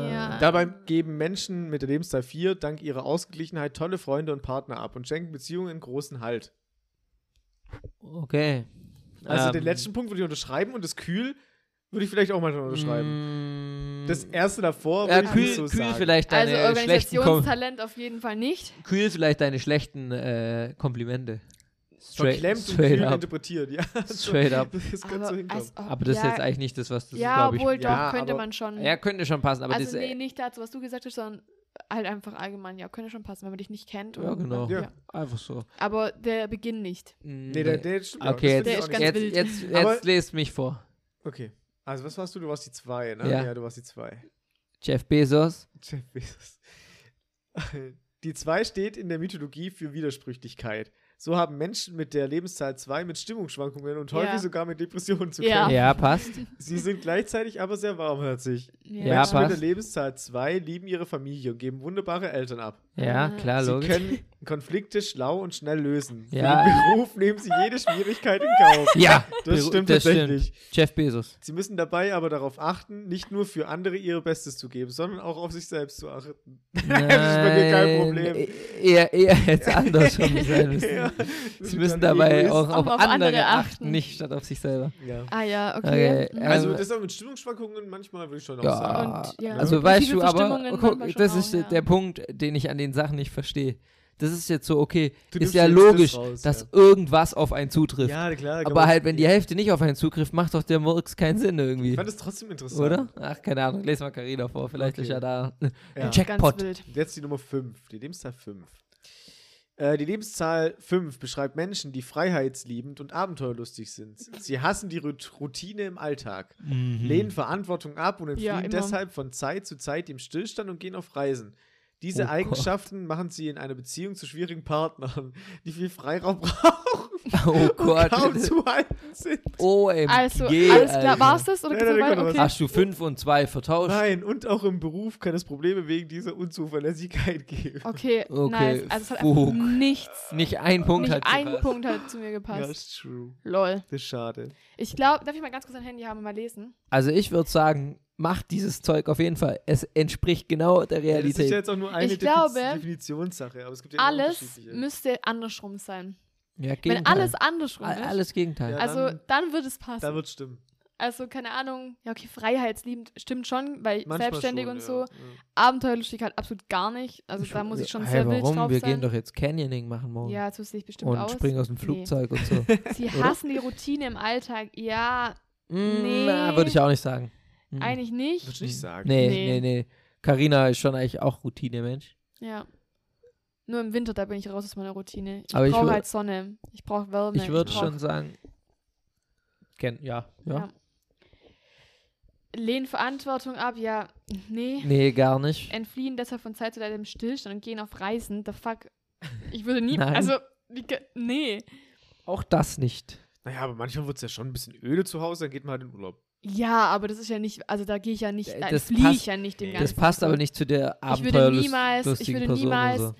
D: Ja, ja.
B: Dabei geben Menschen mit der Lebenszahl 4 dank ihrer Ausgeglichenheit tolle Freunde und Partner ab und schenken Beziehungen großen Halt.
A: Okay.
B: Also
A: Ähm,
B: den letzten Punkt würde ich unterschreiben und das Kühl würde ich vielleicht auch manchmal unterschreiben.
A: mm,
B: Das erste davor
A: ja,
B: würde ich
A: kühl,
B: nicht so
A: kühl
B: sagen.
A: vielleicht
D: also
A: deine schlechten Kom
D: Organisationstalent auf jeden Fall nicht.
A: kühl vielleicht deine schlechten äh, Komplimente.
B: Verklemmt und kühl interpretiert, ja.
A: *laughs* Straight up.
B: *laughs*
A: Mm.
B: Das könnte
D: Aber,
B: so hinkommen.
D: als ob-
A: Aber das
D: ja,
A: ist jetzt eigentlich nicht das, was das
D: Ja,
A: glaube ich.
D: obwohl, doch,
B: Ja,
D: könnte
B: aber-
D: man schon.
A: ja, könnte schon passen, aber das
D: also, nee, nicht dazu, was du gesagt hast, sondern halt einfach allgemein. Ja, könnte schon passen, wenn man dich nicht kennt.
A: Ja,
D: und-
A: genau.
B: Ja.
A: Einfach so.
D: Aber der Beginn nicht.
B: Nee, der, der stimmt auch.
A: okay,
B: Das finde ich auch
D: Der
A: jetzt,
B: nicht
D: ist ganz
A: jetzt,
D: wild.
A: jetzt, jetzt,
B: Aber-
A: lest mich vor.
B: so- Okay. Also was warst du? Du warst die 2, ne?
A: Ja.
B: du warst die 2.
A: Jeff Bezos.
B: Jeff Bezos. *laughs* Die 2 steht in der Mythologie für Widersprüchlichkeit. So haben Menschen mit der Lebenszahl 2 mit Stimmungsschwankungen und häufig
D: Ja.
B: sogar mit Depressionen zu
D: Ja.
B: kämpfen.
A: Ja, passt.
B: Sie sind gleichzeitig aber sehr warmherzig.
A: Ja,
B: Menschen mit der
A: passt.
B: Lebenszahl 2 lieben ihre Familie und geben wunderbare Eltern ab.
A: Ja,
D: Ah. *laughs*
A: klar,
B: Sie
A: logisch.
B: können Konflikte schlau und schnell lösen.
A: Ja.
B: Für den Beruf nehmen sie jede Schwierigkeit in Kauf.
A: ja,
B: *laughs* Das
A: Beru-
B: stimmt
A: das
B: tatsächlich.
A: stimmt. Jeff Bezos.
B: Sie müssen dabei aber darauf achten, nicht nur für andere ihr Bestes zu geben, sondern auch auf sich selbst zu achten. *laughs* das ist bei mir kein Problem.
A: Nein, e- Eher, eher jetzt andersrum sein müssen.
B: *laughs* Ja, das ist
A: Sie
B: ein
A: müssen
B: kleiner
A: dabei
B: Egoist.
A: auch auf,
D: Aber auf
A: andere,
D: andere
A: achten,
D: achten.
A: nicht statt auf sich selber.
B: Ja.
D: Ah, ja,
A: Okay,
D: okay. Mhm.
A: also-
B: Also, das ist auch mit Stimmungsschwankungen manchmal, würde ich schon auch sagen.
A: Ja.
D: Und, ja,
A: also
D: und
A: weißt
D: viele
A: du, aber
D: Verstimmungen
A: guck,
D: manchmal schon
A: das ist
D: auch, ja.
A: der Punkt, den ich an den Sachen nicht verstehe. Das ist jetzt so, okay,
B: Du
A: ist
B: nimmst
A: ja
B: jetzt das
A: logisch,
B: raus,
A: dass
B: ja.
A: irgendwas auf einen zutrifft.
B: Ja, genau. klar. kann
A: aber
B: man-
A: halt, wenn die Hälfte nicht auf einen zutrifft, macht doch der Murks keinen Sinn
B: Ich
A: irgendwie.
B: fand es trotzdem interessant.
A: Oder? Ach, keine Ahnung, lese mal Carina vor, vielleicht
B: Okay.
A: ist ja da ein
B: Ja.
D: Ganz
A: Jackpot.
D: wild.
B: Und Jetzt die Nummer 5, die Lebenszahl 5. Äh, die Lebenszahl 5 beschreibt Menschen, die freiheitsliebend und abenteuerlustig sind. Sie hassen die Rut- Routine im Alltag,
A: Mhm.
B: lehnen Verantwortung ab und
D: Ja,
B: entfliehen
D: immer.
B: deshalb von Zeit zu Zeit dem Stillstand und gehen auf Reisen. Diese
A: Oh Gott.
B: Eigenschaften machen sie in einer Beziehung zu schwierigen Partnern, die viel Freiraum brauchen
A: *laughs* Oh
B: und
A: Gott.
B: kaum zu halten sind.
A: OMG,
D: Also, alles klar.
A: Alter.
D: War es das? Oder
B: Nee,
D: geht's noch
B: nee,
D: weiter?
B: kommt noch was.
D: Okay.
A: Hast du 5 und 2 vertauscht?
B: Nein, und auch im Beruf kann es Probleme wegen dieser Unzuverlässigkeit geben.
D: Okay,
A: Okay,
D: nice. Also, es hat einfach
A: fuck.
D: nichts.
A: Nicht ein Punkt
D: Nicht
A: hat
D: ein
A: gepasst.
D: Punkt hat zu mir
B: Ja,
D: gepasst.
B: ist true.
D: Lol.
B: Das ist schade.
D: Ich glaube, darf ich mal ganz kurz ein Handy haben und mal lesen?
A: Also ich würde sagen, macht dieses Zeug auf jeden Fall. Es entspricht genau der
B: Ja, das ist ja
A: Realität.
B: jetzt auch nur eine
D: Ich glaube,
B: Defi- Definitionssache, aber es gibt ja immer
D: Alles
B: unterschiedliche.
D: müsste andersrum sein.
A: Ja,
D: Wenn
A: Gegenteil.
D: alles andersrum
A: A-
D: ist,
A: alles Gegenteil.
B: Ja.
D: also
B: dann-
D: dann wird es passen.
B: Da wird stimmen.
D: also, keine Ahnung. Ja, okay, freiheitsliebend stimmt schon, weil
B: Manchmal
D: selbstständig
B: schon,
D: und
B: ja.
D: so.
B: Ja.
D: Abenteuerlustig halt absolut gar nicht. Also, da muss ich schon
A: hey,
D: sehr
A: warum?
D: wild drauf
A: Wir
D: sein.
A: gehen doch jetzt Canyoning machen morgen.
D: ja, so sehe ich bestimmt
A: und
D: aus.
A: springen aus dem
D: Nee.
A: Flugzeug und
D: *laughs*
A: so.
D: Sie
A: oder?
D: hassen die Routine im Alltag. Ja,
A: Mm,
D: Nee.
A: Na, würde ich auch nicht sagen. Mhm.
D: eigentlich nicht.
B: Würdest du nicht sagen?
A: Nee, nee,
D: Nee.
A: nee. Carina ist schon eigentlich auch Routine, Mensch.
D: Ja. Nur im Winter, da bin ich raus aus meiner Routine. Ich
A: Aber ich
D: brauche
A: wür-
D: halt Sonne. Ich brauche Wärme.
A: ich würde
D: brauch-
A: schon sagen. Ken, ja, ja,
D: Ja. Lehnen Verantwortung ab, ja. Nee.
A: Nee, gar nicht.
D: Entfliehen deshalb von Zeit zu Zeit im Stillstand und gehen auf Reisen. The fuck. Ich würde nie.
A: *laughs* Nein.
D: Also, wie ge- nee.
A: Auch das nicht.
B: Naja, aber manchmal wird es ja schon ein bisschen öde zu Hause, dann geht man halt in Urlaub.
D: Ja, aber das ist ja nicht. Also, da gehe ich ja nicht.
A: Äh,
D: Da
A: das
D: entfliehe
A: passt-
D: ich ja nicht dem
B: Nee.
D: Ganzen.
A: Das passt aber nicht zu der
D: Ich würde
A: abenteuerlustigen
D: niemals, ich würde
A: Person oder
D: niemals
A: so.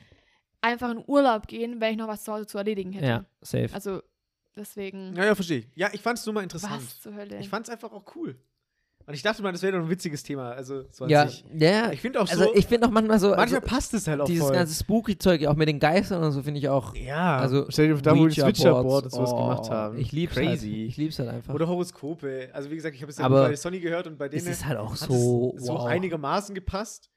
D: einfach in Urlaub gehen, wenn ich noch was zu Hause zu erledigen hätte.
A: Ja, safe.
D: Also, deswegen.
B: Ja, ja, verstehe ich. Ja, ich fand es nur mal interessant.
D: Mhm. was zur Hölle?
B: Ich fand es einfach auch cool. Und ich dachte mal, das wäre doch ein witziges Thema. Also, so an
A: ja,
B: sich.
A: ja.
B: Ich finde auch so,
A: also ich finde auch manchmal so, also,
B: manchmal passt es halt auch
A: dieses
B: voll.
A: ganze Spooky-Zeug, auch mit den Geistern und so, finde ich auch.
B: ja,
A: also
B: stell dir vor, da, wo die
A: Ouija-Boards,
B: Switcherboard und sowas
A: oh,
B: gemacht haben.
A: Ich lieb's halt.
B: Crazy.
A: Ich lieb's halt einfach.
B: Oder Horoskope. Also, wie gesagt, ich habe es ja
A: Aber
B: bei Sony gehört und bei
A: es
B: denen
A: ist halt auch
B: hat
A: so,
B: es so
A: wow.
B: einigermaßen gepasst.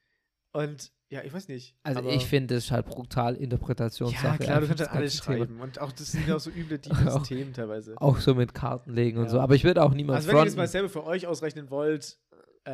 B: Und ja, ich weiß nicht.
A: also
B: aber-
A: ich finde, es ist halt brutal Interpretationssache.
B: Ja, klar, du
A: einfach
B: kannst
A: das
B: halt alles
A: ganze Thema.
B: schreiben. Und auch das sind ja auch so
A: *laughs*
B: üble, tiefe
A: Auch.
B: Themen teilweise.
A: Auch so mit Karten legen und
B: Ja.
A: so. Aber ich würde auch niemals
B: Also, wenn ihr das mal
A: fronten.
B: selber für euch ausrechnen wollt, äh,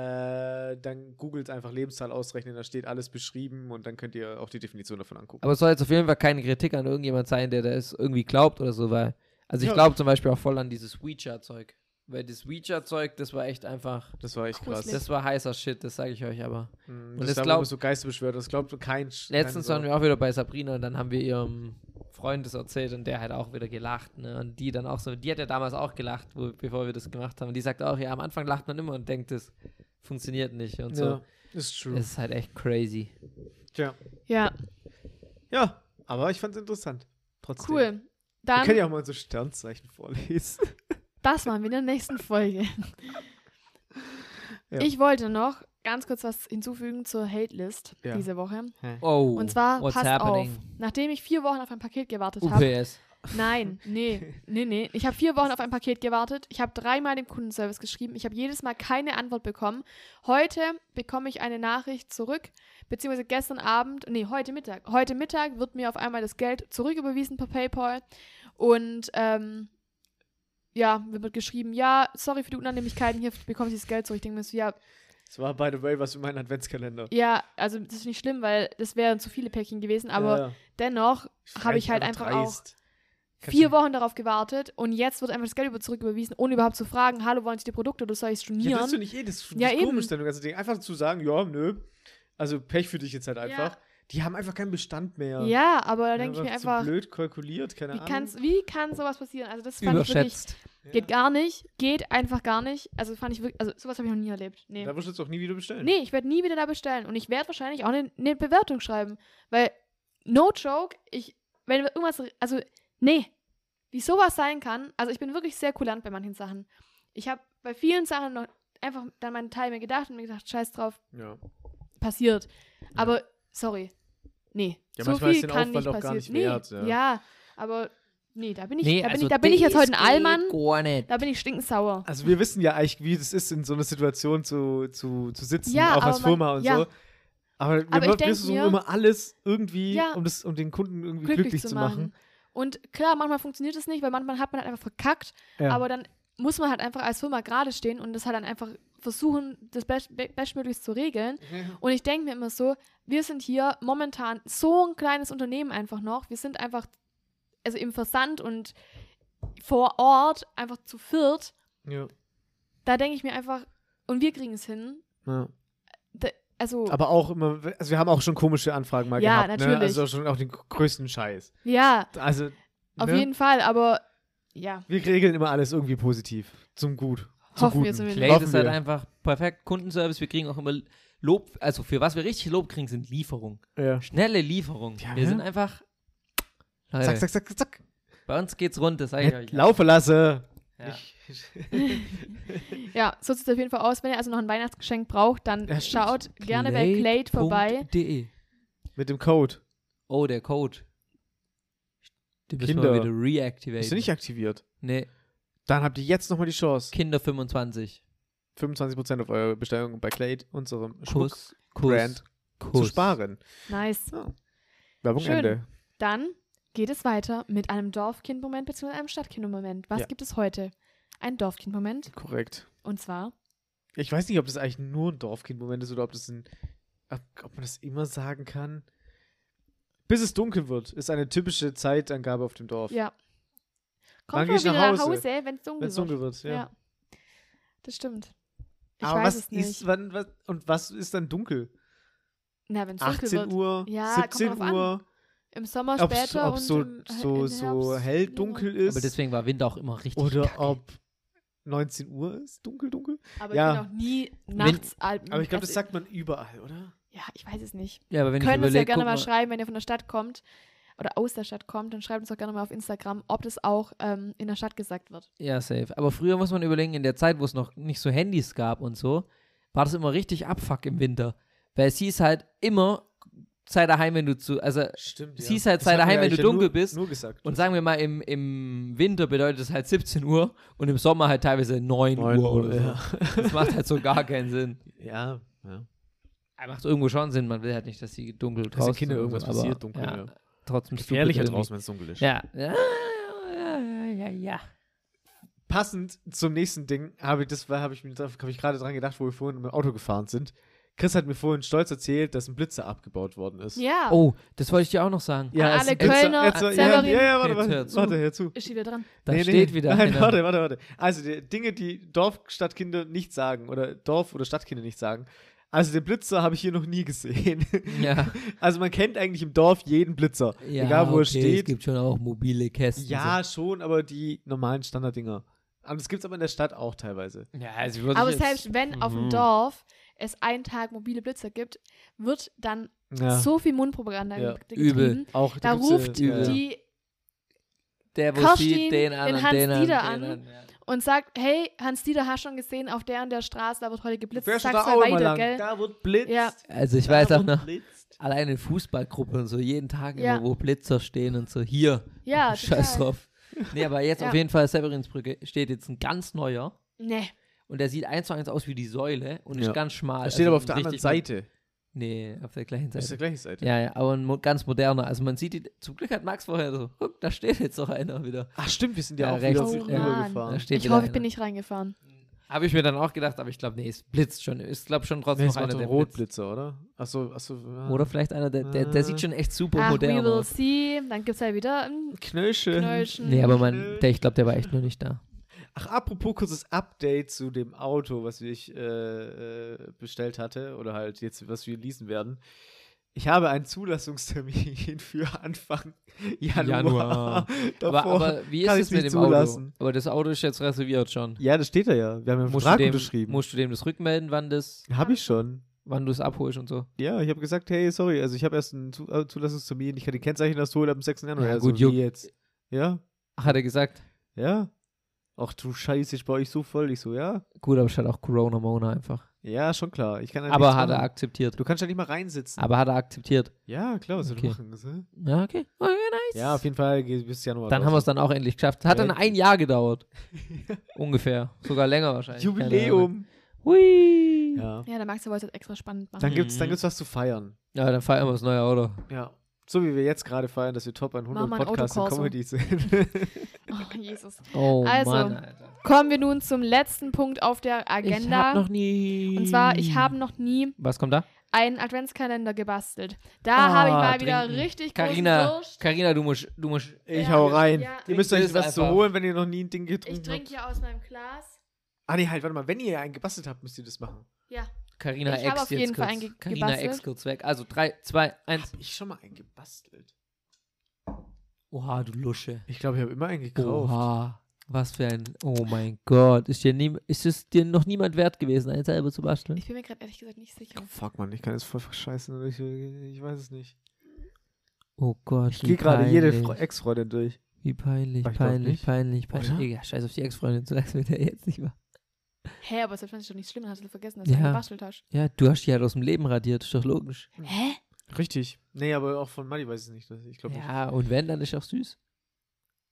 B: dann googelt einfach Lebenszahl ausrechnen, da steht alles beschrieben und dann könnt ihr auch die Definition davon angucken.
A: Aber es soll jetzt auf jeden Fall keine Kritik an irgendjemand sein, der das irgendwie glaubt oder so, weil. Also ich
B: Ja.
A: glaube zum Beispiel auch voll an dieses Ouija-Zeug. Weil das Ouija-Zeug, das war echt einfach.
B: Das war echt krass.
D: Gruselig.
A: Das war heißer Shit, das sage ich euch aber.
B: Mhm,
A: Und
B: das
A: das
B: ist da, wo
A: glaub-
B: man so Geisterbeschwört, das glaubt kein Sch- keine
A: Letztens
B: Sau.
A: waren wir auch wieder bei Sabrina und dann haben wir ihrem Freund das erzählt und der hat auch wieder gelacht. Ne? Und die dann auch so, die hat ja damals auch gelacht, wo, bevor wir das gemacht haben. Und die sagt auch, ja, am Anfang lacht man immer und denkt, das funktioniert nicht und so.
B: Ja, ist true.
A: Das ist halt echt crazy.
B: Tja.
D: Ja,
B: Ja, aber ich fand's interessant. Trotzdem.
D: cool.
B: Wir können
D: Dann,
B: ja auch mal so Sternzeichen vorlesen.
D: *laughs* das machen wir in der nächsten Folge.
B: *laughs* Ja.
D: Ich wollte noch ganz kurz was hinzufügen zur Hate-List
B: Ja.
D: diese Woche.
A: Oh,
D: Und zwar,
A: what's
D: passt
A: happening?
D: auf, nachdem ich vier Wochen auf ein Paket gewartet habe,
A: UPS.
D: Nein, nee, nee, nee. Ich habe vier Wochen auf ein Paket gewartet. Ich habe dreimal dem Kundenservice geschrieben. Ich habe jedes Mal keine Antwort bekommen. Heute bekomme ich eine Nachricht zurück, beziehungsweise gestern Abend, nee, heute Mittag. Heute Mittag wird mir auf einmal das Geld zurücküberwiesen per PayPal. Und ähm, ja, mir wird geschrieben, ja, sorry für die Unannehmlichkeiten, hier bekommen Sie das Geld zurück. Ich denke mir so, ja,
B: Das war, by the way, was für meinen Adventskalender.
D: ja, also das ist nicht schlimm, weil das wären zu viele Päckchen gewesen, aber
B: Ja, ja.
D: dennoch habe ich halt einfach auch
B: Kannst
D: vier
B: du-
D: Wochen darauf gewartet und jetzt wird einfach das Geld über zurück überwiesen, ohne überhaupt zu fragen, hallo, wollen Sie die Produkte oder soll ich
B: Ja,
D: es
B: das
D: stornieren?
B: ist doch nicht eh, das ist
D: Ja,
B: das
D: eben.
B: komisch, dann du ganze Ding. Einfach zu sagen, ja, nö. Also Pech für dich jetzt halt einfach. Die haben einfach keinen Bestand mehr.
D: ja, aber da
B: Die
D: denke ich
B: haben
D: mir
B: zu
D: einfach,
B: blöd kalkuliert, keine
D: wie,
B: Ahnung.
D: kann's, wie kann sowas passieren? Also das fand ich wirklich,
A: Überschätzt.
B: Ja.
D: geht gar nicht, geht einfach gar nicht. Also fand ich wirklich, also sowas habe ich noch nie erlebt. Nee,
B: Da wirst du jetzt auch nie wieder bestellen.
D: nee ich werde nie wieder da bestellen und ich werde wahrscheinlich auch eine ne Bewertung schreiben, weil, no joke, ich, wenn irgendwas, also, nee, wie sowas sein kann, also ich bin wirklich sehr kulant bei manchen Sachen. Ich habe bei vielen Sachen noch einfach dann meinen Teil mir gedacht und mir gedacht, scheiß drauf,
B: Ja.
D: passiert. Aber sorry. Nee.
B: Ja,
D: so
B: manchmal ist
D: viel
B: den
D: kann
B: Aufwand
D: nicht
B: auch gar nicht
D: passieren.
B: wert,
D: nee.
B: ja.
D: aber nee, da bin ich,
A: Nee,
D: da bin
A: also eh
D: ich, da bin ich jetzt
A: das
D: heute ein Allmann,
A: geht Gar nicht.
D: da bin ich stinkensauer.
B: Also wir wissen ja eigentlich, wie es ist, in so einer Situation zu, zu, zu sitzen,
D: Ja,
B: auch als
D: aber man-
B: Firma und
D: ja.
B: so. Aber wir,
D: Aber ich
B: wir
D: denk
B: versuchen
D: mir-
B: immer alles irgendwie,
D: Ja.
B: um, das, um den Kunden irgendwie
D: Glücklich, zu machen.
B: machen.
D: Und klar, manchmal funktioniert es nicht, weil manchmal hat man halt einfach verkackt,
B: Ja.
D: aber dann muss man halt einfach als Firma gerade stehen und das halt dann einfach versuchen, das best be- bestmöglichst zu regeln. Und ich denke mir immer so, wir sind hier momentan so ein kleines Unternehmen einfach noch. Wir sind einfach, also im Versand und vor Ort einfach zu viert.
B: Ja.
D: Da denke ich mir einfach, und wir kriegen es hin.
B: Ja.
D: Da, also,
B: Aber auch immer, also wir haben auch schon komische Anfragen mal
D: Ja,
B: gehabt. Ne?
D: natürlich.
B: Also schon auch den größten Scheiß.
D: ja,
B: Also
D: auf
B: ne?
D: jeden Fall, aber ja.
B: wir regeln immer alles irgendwie positiv. Zum Gut. Zum
D: Hoffen wir
B: Guten.
D: zumindest.
A: Clay
B: Hoffen
A: ist halt
B: wir.
A: einfach perfekt. Kundenservice, wir kriegen auch immer Lob. Also für was wir richtig Lob kriegen, sind Lieferungen.
B: Ja.
A: Schnelle Lieferung.
B: Ja,
A: wir
B: ne?
A: sind einfach. Leute,
B: Zack, zack, zack, zack.
A: Bei uns geht's rund, das sage ich
B: Hey,
A: euch.
B: laufe lasse.
A: Ja.
D: Ja, so sieht es auf jeden Fall aus. Wenn ihr also noch ein Weihnachtsgeschenk braucht, dann
B: Ja, stimmt.
D: schaut gerne bei Clade
A: Clade.de.
D: vorbei.
B: E. Mit dem Code.
A: Oh, der Code. Den müssen
B: Kinder.
A: wir wieder reactivaten.
B: Ist du nicht aktiviert?
A: nee,
B: Dann habt ihr jetzt nochmal die Chance.
A: Kinder 25.
B: 25% auf eure Bestellung bei Clade, unserem Schmuck
A: Kuss, Kuss,
B: Brand
A: Kuss.
B: zu sparen.
D: Nice.
B: Werbung
D: Schön.
B: Ende.
D: Dann geht es weiter mit einem Dorfkind-Moment bzw. einem Stadtkind-Moment. Was
B: Ja.
D: gibt es heute? Ein Dorfkind-Moment.
B: Korrekt.
D: Und zwar,
B: Ich weiß nicht, ob das eigentlich nur ein Dorfkind-Moment ist oder ob das ein. Ob, ob man das immer sagen kann. Bis es dunkel wird, ist eine typische Zeitangabe auf dem Dorf.
D: ja.
B: Wann
D: Kommt
B: geh
D: mal
B: ich
D: wieder
B: nach
D: nach
B: Hause?
D: Hause, wenn es dunkel
B: Wenn es
D: wird.
B: dunkel wird, ja.
D: ja. Das stimmt. Ich
B: Aber
D: weiß
B: was
D: es nicht.
B: ist, wann, was, und was ist dann dunkel?
D: Na, wenn es dunkel
B: 18
D: wird.
B: Uhr,
D: Ja, kommt
B: 17
D: drauf an.
B: Uhr,
D: Im Sommer
B: ob
D: später und
B: so,
D: im,
B: so,
D: im
B: so
D: Herbst,
B: hell
D: ja.
B: dunkel ist.
A: Aber deswegen war Winter auch immer richtig
B: Oder
A: kacke.
B: ob 19 Uhr ist, dunkel, dunkel.
D: Aber
B: Ja.
D: ich bin auch nie nachts alt.
B: Aber ich glaube,
D: Hm, also-
B: das sagt man überall, oder?
D: Ja, ich weiß es nicht.
A: Ja, aber wenn ich
D: Könnt uns ja
A: überleg,
D: gerne
A: guck
D: mal
A: mal
D: schreiben, wenn ihr von der Stadt kommt oder aus der Stadt kommt, dann schreibt uns doch gerne mal auf Instagram, ob das auch ähm, in der Stadt gesagt wird.
A: Ja, safe. Aber früher muss man überlegen, in der Zeit, wo es noch nicht so Handys gab und so, war das immer richtig Abfuck im Winter. Weil es hieß halt immer, sei daheim, wenn du zu. Also,
B: Stimmt.
A: Es hieß halt, sei
B: hat man
A: daheim,
B: ja
A: wenn du
B: eigentlich ja
A: dunkel
B: nur,
A: bist.
B: Nur gesagt.
A: und sagen wir mal, im, im Winter bedeutet es halt 17 Uhr und im Sommer halt teilweise 9, Uhr oder so. Das macht halt so gar keinen Sinn.
B: Ja, ja.
A: Er macht irgendwo schon Sinn, man will halt nicht, dass die dunkel draußen
B: Dass den Kindern
A: sind und
B: irgendwas
A: aber,
B: passiert, dunkel,
A: Ja,
B: ja.
A: Trotzdem stupid
B: Gefährlicher
A: irgendwie.
B: halt draußen, wenn es dunkel ist.
A: Ja. Ja, ja, ja, ja, ja.
B: Passend zum nächsten Ding habe ich, das war- habe ich, mir- da habe ich gerade dran gedacht, wo wir vorhin mit dem Auto gefahren sind. Chris hat mir vorhin stolz erzählt, dass ein Blitzer abgebaut worden ist.
D: Ja,
A: Oh, das wollte ich dir auch noch sagen.
D: An
B: es ist
D: alle
B: ein Blitzer-
D: Kölner,
B: jetzt, ja, ja, ja,
D: Severin.
B: warte,
A: Jetzt hör
B: warte,
A: zu.
B: warte, hör zu.
D: ist wieder dran.
A: Da
B: Nee, nee,
A: steht wieder
B: Nein,
A: einer.
B: warte, warte, warte. Also die Dinge, die Dorfstadtkinder nicht sagen oder Dorf- oder Stadtkinder nicht sagen. Also den Blitzer habe ich hier noch nie gesehen.
A: Ja,
B: Also man kennt eigentlich im Dorf jeden Blitzer. egal wo er
A: Es
B: steht.
A: gibt schon auch mobile Kästen.
B: ja, schon, aber die normalen Standarddinger. Aber das gibt es aber in der Stadt auch teilweise.
A: so. ja also ich würde
D: Aber
A: jetzt-
D: selbst wenn auf dem
A: Mhm.
D: Dorf es einen Tag mobile Blitzer gibt, wird dann
B: Ja.
D: so viel Mundpropaganda
B: Ja.
D: getrieben.
A: Übel.
B: auch
D: Da
B: gibt's, äh,
D: ruft
B: ja, ja.
D: die
A: der, wo
D: Kerstin
A: sieht, den an
D: den
A: und
D: Hans
A: den an,
D: Dieter
A: den
D: an.
A: an. Ja.
D: und sagt, hey, Hans-Dieter, hast schon gesehen, auf der und der Straße, da wird heute geblitzt.
B: Fährst du
D: Sag's
B: da
D: mal
B: auch immer
D: weiter,
B: lang.
D: gell?
B: Da wird blitzt.
D: Ja.
A: Also ich
B: da
A: weiß auch
B: wird
A: noch,
B: blitzt.
A: alleine Fußballgruppe und so, jeden Tag
D: Ja.
A: immer, wo Blitzer stehen und so, hier, *laughs*
D: Ja,
A: scheiß
D: total.
A: drauf. Nee, aber jetzt
D: Ja.
A: auf jeden Fall, Severinsbrücke steht jetzt ein ganz neuer
D: Nee.
A: und der sieht eins zu eins aus wie die Säule und
B: Ja.
A: ist ganz schmal.
B: Er steht aber auf der
A: Also richtig
B: anderen
A: mit-
B: Seite.
A: Nee, auf der gleichen
B: Das ist
A: Seite.
B: der gleiche Seite.
A: Ja, ja, aber ein mo ganz moderner. Also man sieht die, zum Glück hat Max vorher so, guck, da steht jetzt noch einer wieder.
B: Ach stimmt, wir sind
A: Ja,
B: ja, auch
A: rechts.
B: wieder
A: Oh,
B: rübergefahren.
A: Da steht
D: ich
A: wieder
D: hoffe, ich
A: einer.
D: bin nicht reingefahren.
A: Habe ich mir dann auch gedacht, aber ich glaube, nee, es blitzt schon. Ich glaube schon trotzdem
B: Nee,
A: noch
B: es war
A: einer,
B: doch ein
A: der blitzt.
B: Rotblitzer, oder? Achso, achso. Ja.
A: Oder vielleicht einer, der, der,
B: Ah.
A: der sieht schon echt super
D: Ach, we
A: modern
D: will
A: aus.
D: see. Dann gibt es ja wieder ein
B: Knösche.
D: Knöllchen.
A: Nee, aber man, der, ich glaube, der war echt nur nicht da.
B: Ach, apropos kurzes Update zu dem Auto, was ich äh, äh, bestellt hatte oder halt jetzt, was wir leasen werden. Ich habe einen Zulassungstermin *laughs* für Anfang Januar. *laughs*
A: Januar.
B: Davor.
A: Aber, aber wie ist
B: kann
A: es
B: ich's nicht
A: mit dem
B: zulassen.
A: Auto? Aber das Auto ist jetzt reserviert schon.
B: ja, das steht da ja. Wir haben ja einen
A: Musst du,
B: Vertrag
A: dem,
B: unterschrieben.
A: musst du dem das rückmelden, wann das,
B: Habe ich schon.
A: wann du es abholst und so?
B: Ja, ich habe gesagt, hey, sorry, also ich habe erst einen Zu äh, Zulassungstermin, ich kann die Kennzeichen erst holen ab dem 6. Januar.
A: Ja,
B: also
A: gut,
B: wie
A: juckt.
B: jetzt. Ja,
A: Hat er gesagt.
B: ja. Ach du Scheiße, ich baue ich so voll. Ich so, ja.
A: Gut, aber es hat auch Corona Mona einfach.
B: Ja, schon klar. Ich kann ja
A: Aber
B: nichts
A: hat er
B: machen.
A: akzeptiert.
B: Du kannst ja nicht mal reinsitzen.
A: Aber hat er akzeptiert.
B: Ja, klar, was soll
A: Okay.
B: ich machen? So?
A: Ja, okay. okay nice.
B: Ja, auf jeden Fall geht bis Januar.
A: dann haben wir es dann auch endlich geschafft. Hat
B: Ja,
A: dann ein Jahr *laughs* gedauert. Ungefähr. Sogar länger wahrscheinlich. Keine Ahnung.
B: Jubiläum.
A: Hui. Ja.
B: Ja.
D: Ja, der Max, der wollte es extra spannend machen.
B: Dann gibt's, dann
A: Mhm.
B: gibt's was zu feiern.
A: dann feiern wir das neue Auto.
B: Ja. So wie wir jetzt gerade feiern, dass wir Top 100
D: Machen wir ein
B: Podcasts und
D: Autokorso.
B: Comedy sind.
D: Oh, Jesus.
A: Oh
D: Also,
A: Mann, Alter.
D: Kommen wir nun zum letzten Punkt auf der
A: Ich hab
D: Agenda.
A: noch nie.
D: Und zwar, ich habe noch nie
A: Was kommt da?
D: einen Adventskalender gebastelt. Da
A: Ah,
D: habe ich mal wieder
A: trinken.
D: richtig großen
A: Carina,
D: Durst.
A: Carina, du musst, du musst.
B: ich
D: Ja,
B: hau rein.
D: ja.
B: Ihr müsst
A: Trinkt
B: euch
A: es
B: was zu
A: einfach.
B: holen, wenn ihr noch nie ein Ding
D: Ich
B: getrunken
D: trinke
B: habt.
D: hier aus meinem Glas.
B: Ah, nee, halt, warte mal. Wenn ihr einen gebastelt habt, müsst ihr das machen.
D: Ja.
A: Carina
D: Ich hab
A: Ex
D: auf
A: jetzt
D: jeden Fall
A: kurz.
D: einge-
A: Carina Ex
D: gebastelt.
A: kurz weg. Also 3, 2, 1.
B: Hab ich schon mal einen gebastelt?
A: Oha, du Lusche.
B: Ich glaube, ich habe immer einen gekauft.
A: Oha. Was für ein. Oh mein Gott. Ist dir, nie, ist es dir noch niemand wert gewesen, einen selber zu basteln?
D: Ich bin mir gerade ehrlich gesagt nicht sicher.
B: Fuck, Mann, ich kann jetzt voll verscheißen. aber Ich, ich weiß es nicht.
A: Oh Gott.
B: Ich gehe gerade jede Fre- Ex-Freundin durch.
A: Wie peinlich,
B: Aber ich glaub
A: peinlich,
B: nicht.
A: peinlich, peinlich.
B: Oder?
A: Egal, scheiß auf die Ex-Freundin, so sagst mir der jetzt nicht mal.
D: Hä, aber selbst wenn es doch nicht schlimm ist, hast du vergessen, dass du
A: Ja. Hm.
D: einen gebastelt hast.
A: Ja, du hast die halt aus dem Leben radiert, ist doch logisch.
D: Hä?
B: Richtig. Nee, aber auch von Mali weiß ich nicht. Ich glaube nicht.
A: Ja, und wenn, dann ist auch süß.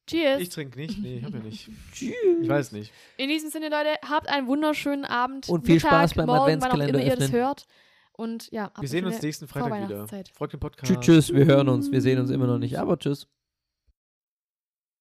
D: Cheers.
B: Ich trinke nicht. Nee, ich habe ja nicht.
A: Tschüss. *laughs*
B: Ich weiß nicht.
D: In diesem Sinne, Leute, habt einen wunderschönen Abend.
A: Und viel
D: Mittag,
A: Spaß beim
D: morgen,
A: Adventskalender
D: wann auch immer ihr das
A: öffnen.
D: hört. Und ja, habt
B: Wir
D: eine
B: sehen uns
D: schöne
B: nächsten Freitag wieder.
D: Vorweihnachtszeit.
B: Folgt dem Podcast.
A: Tschüss, tschüss, wir hören uns. Wir sehen uns immer noch nicht, aber tschüss.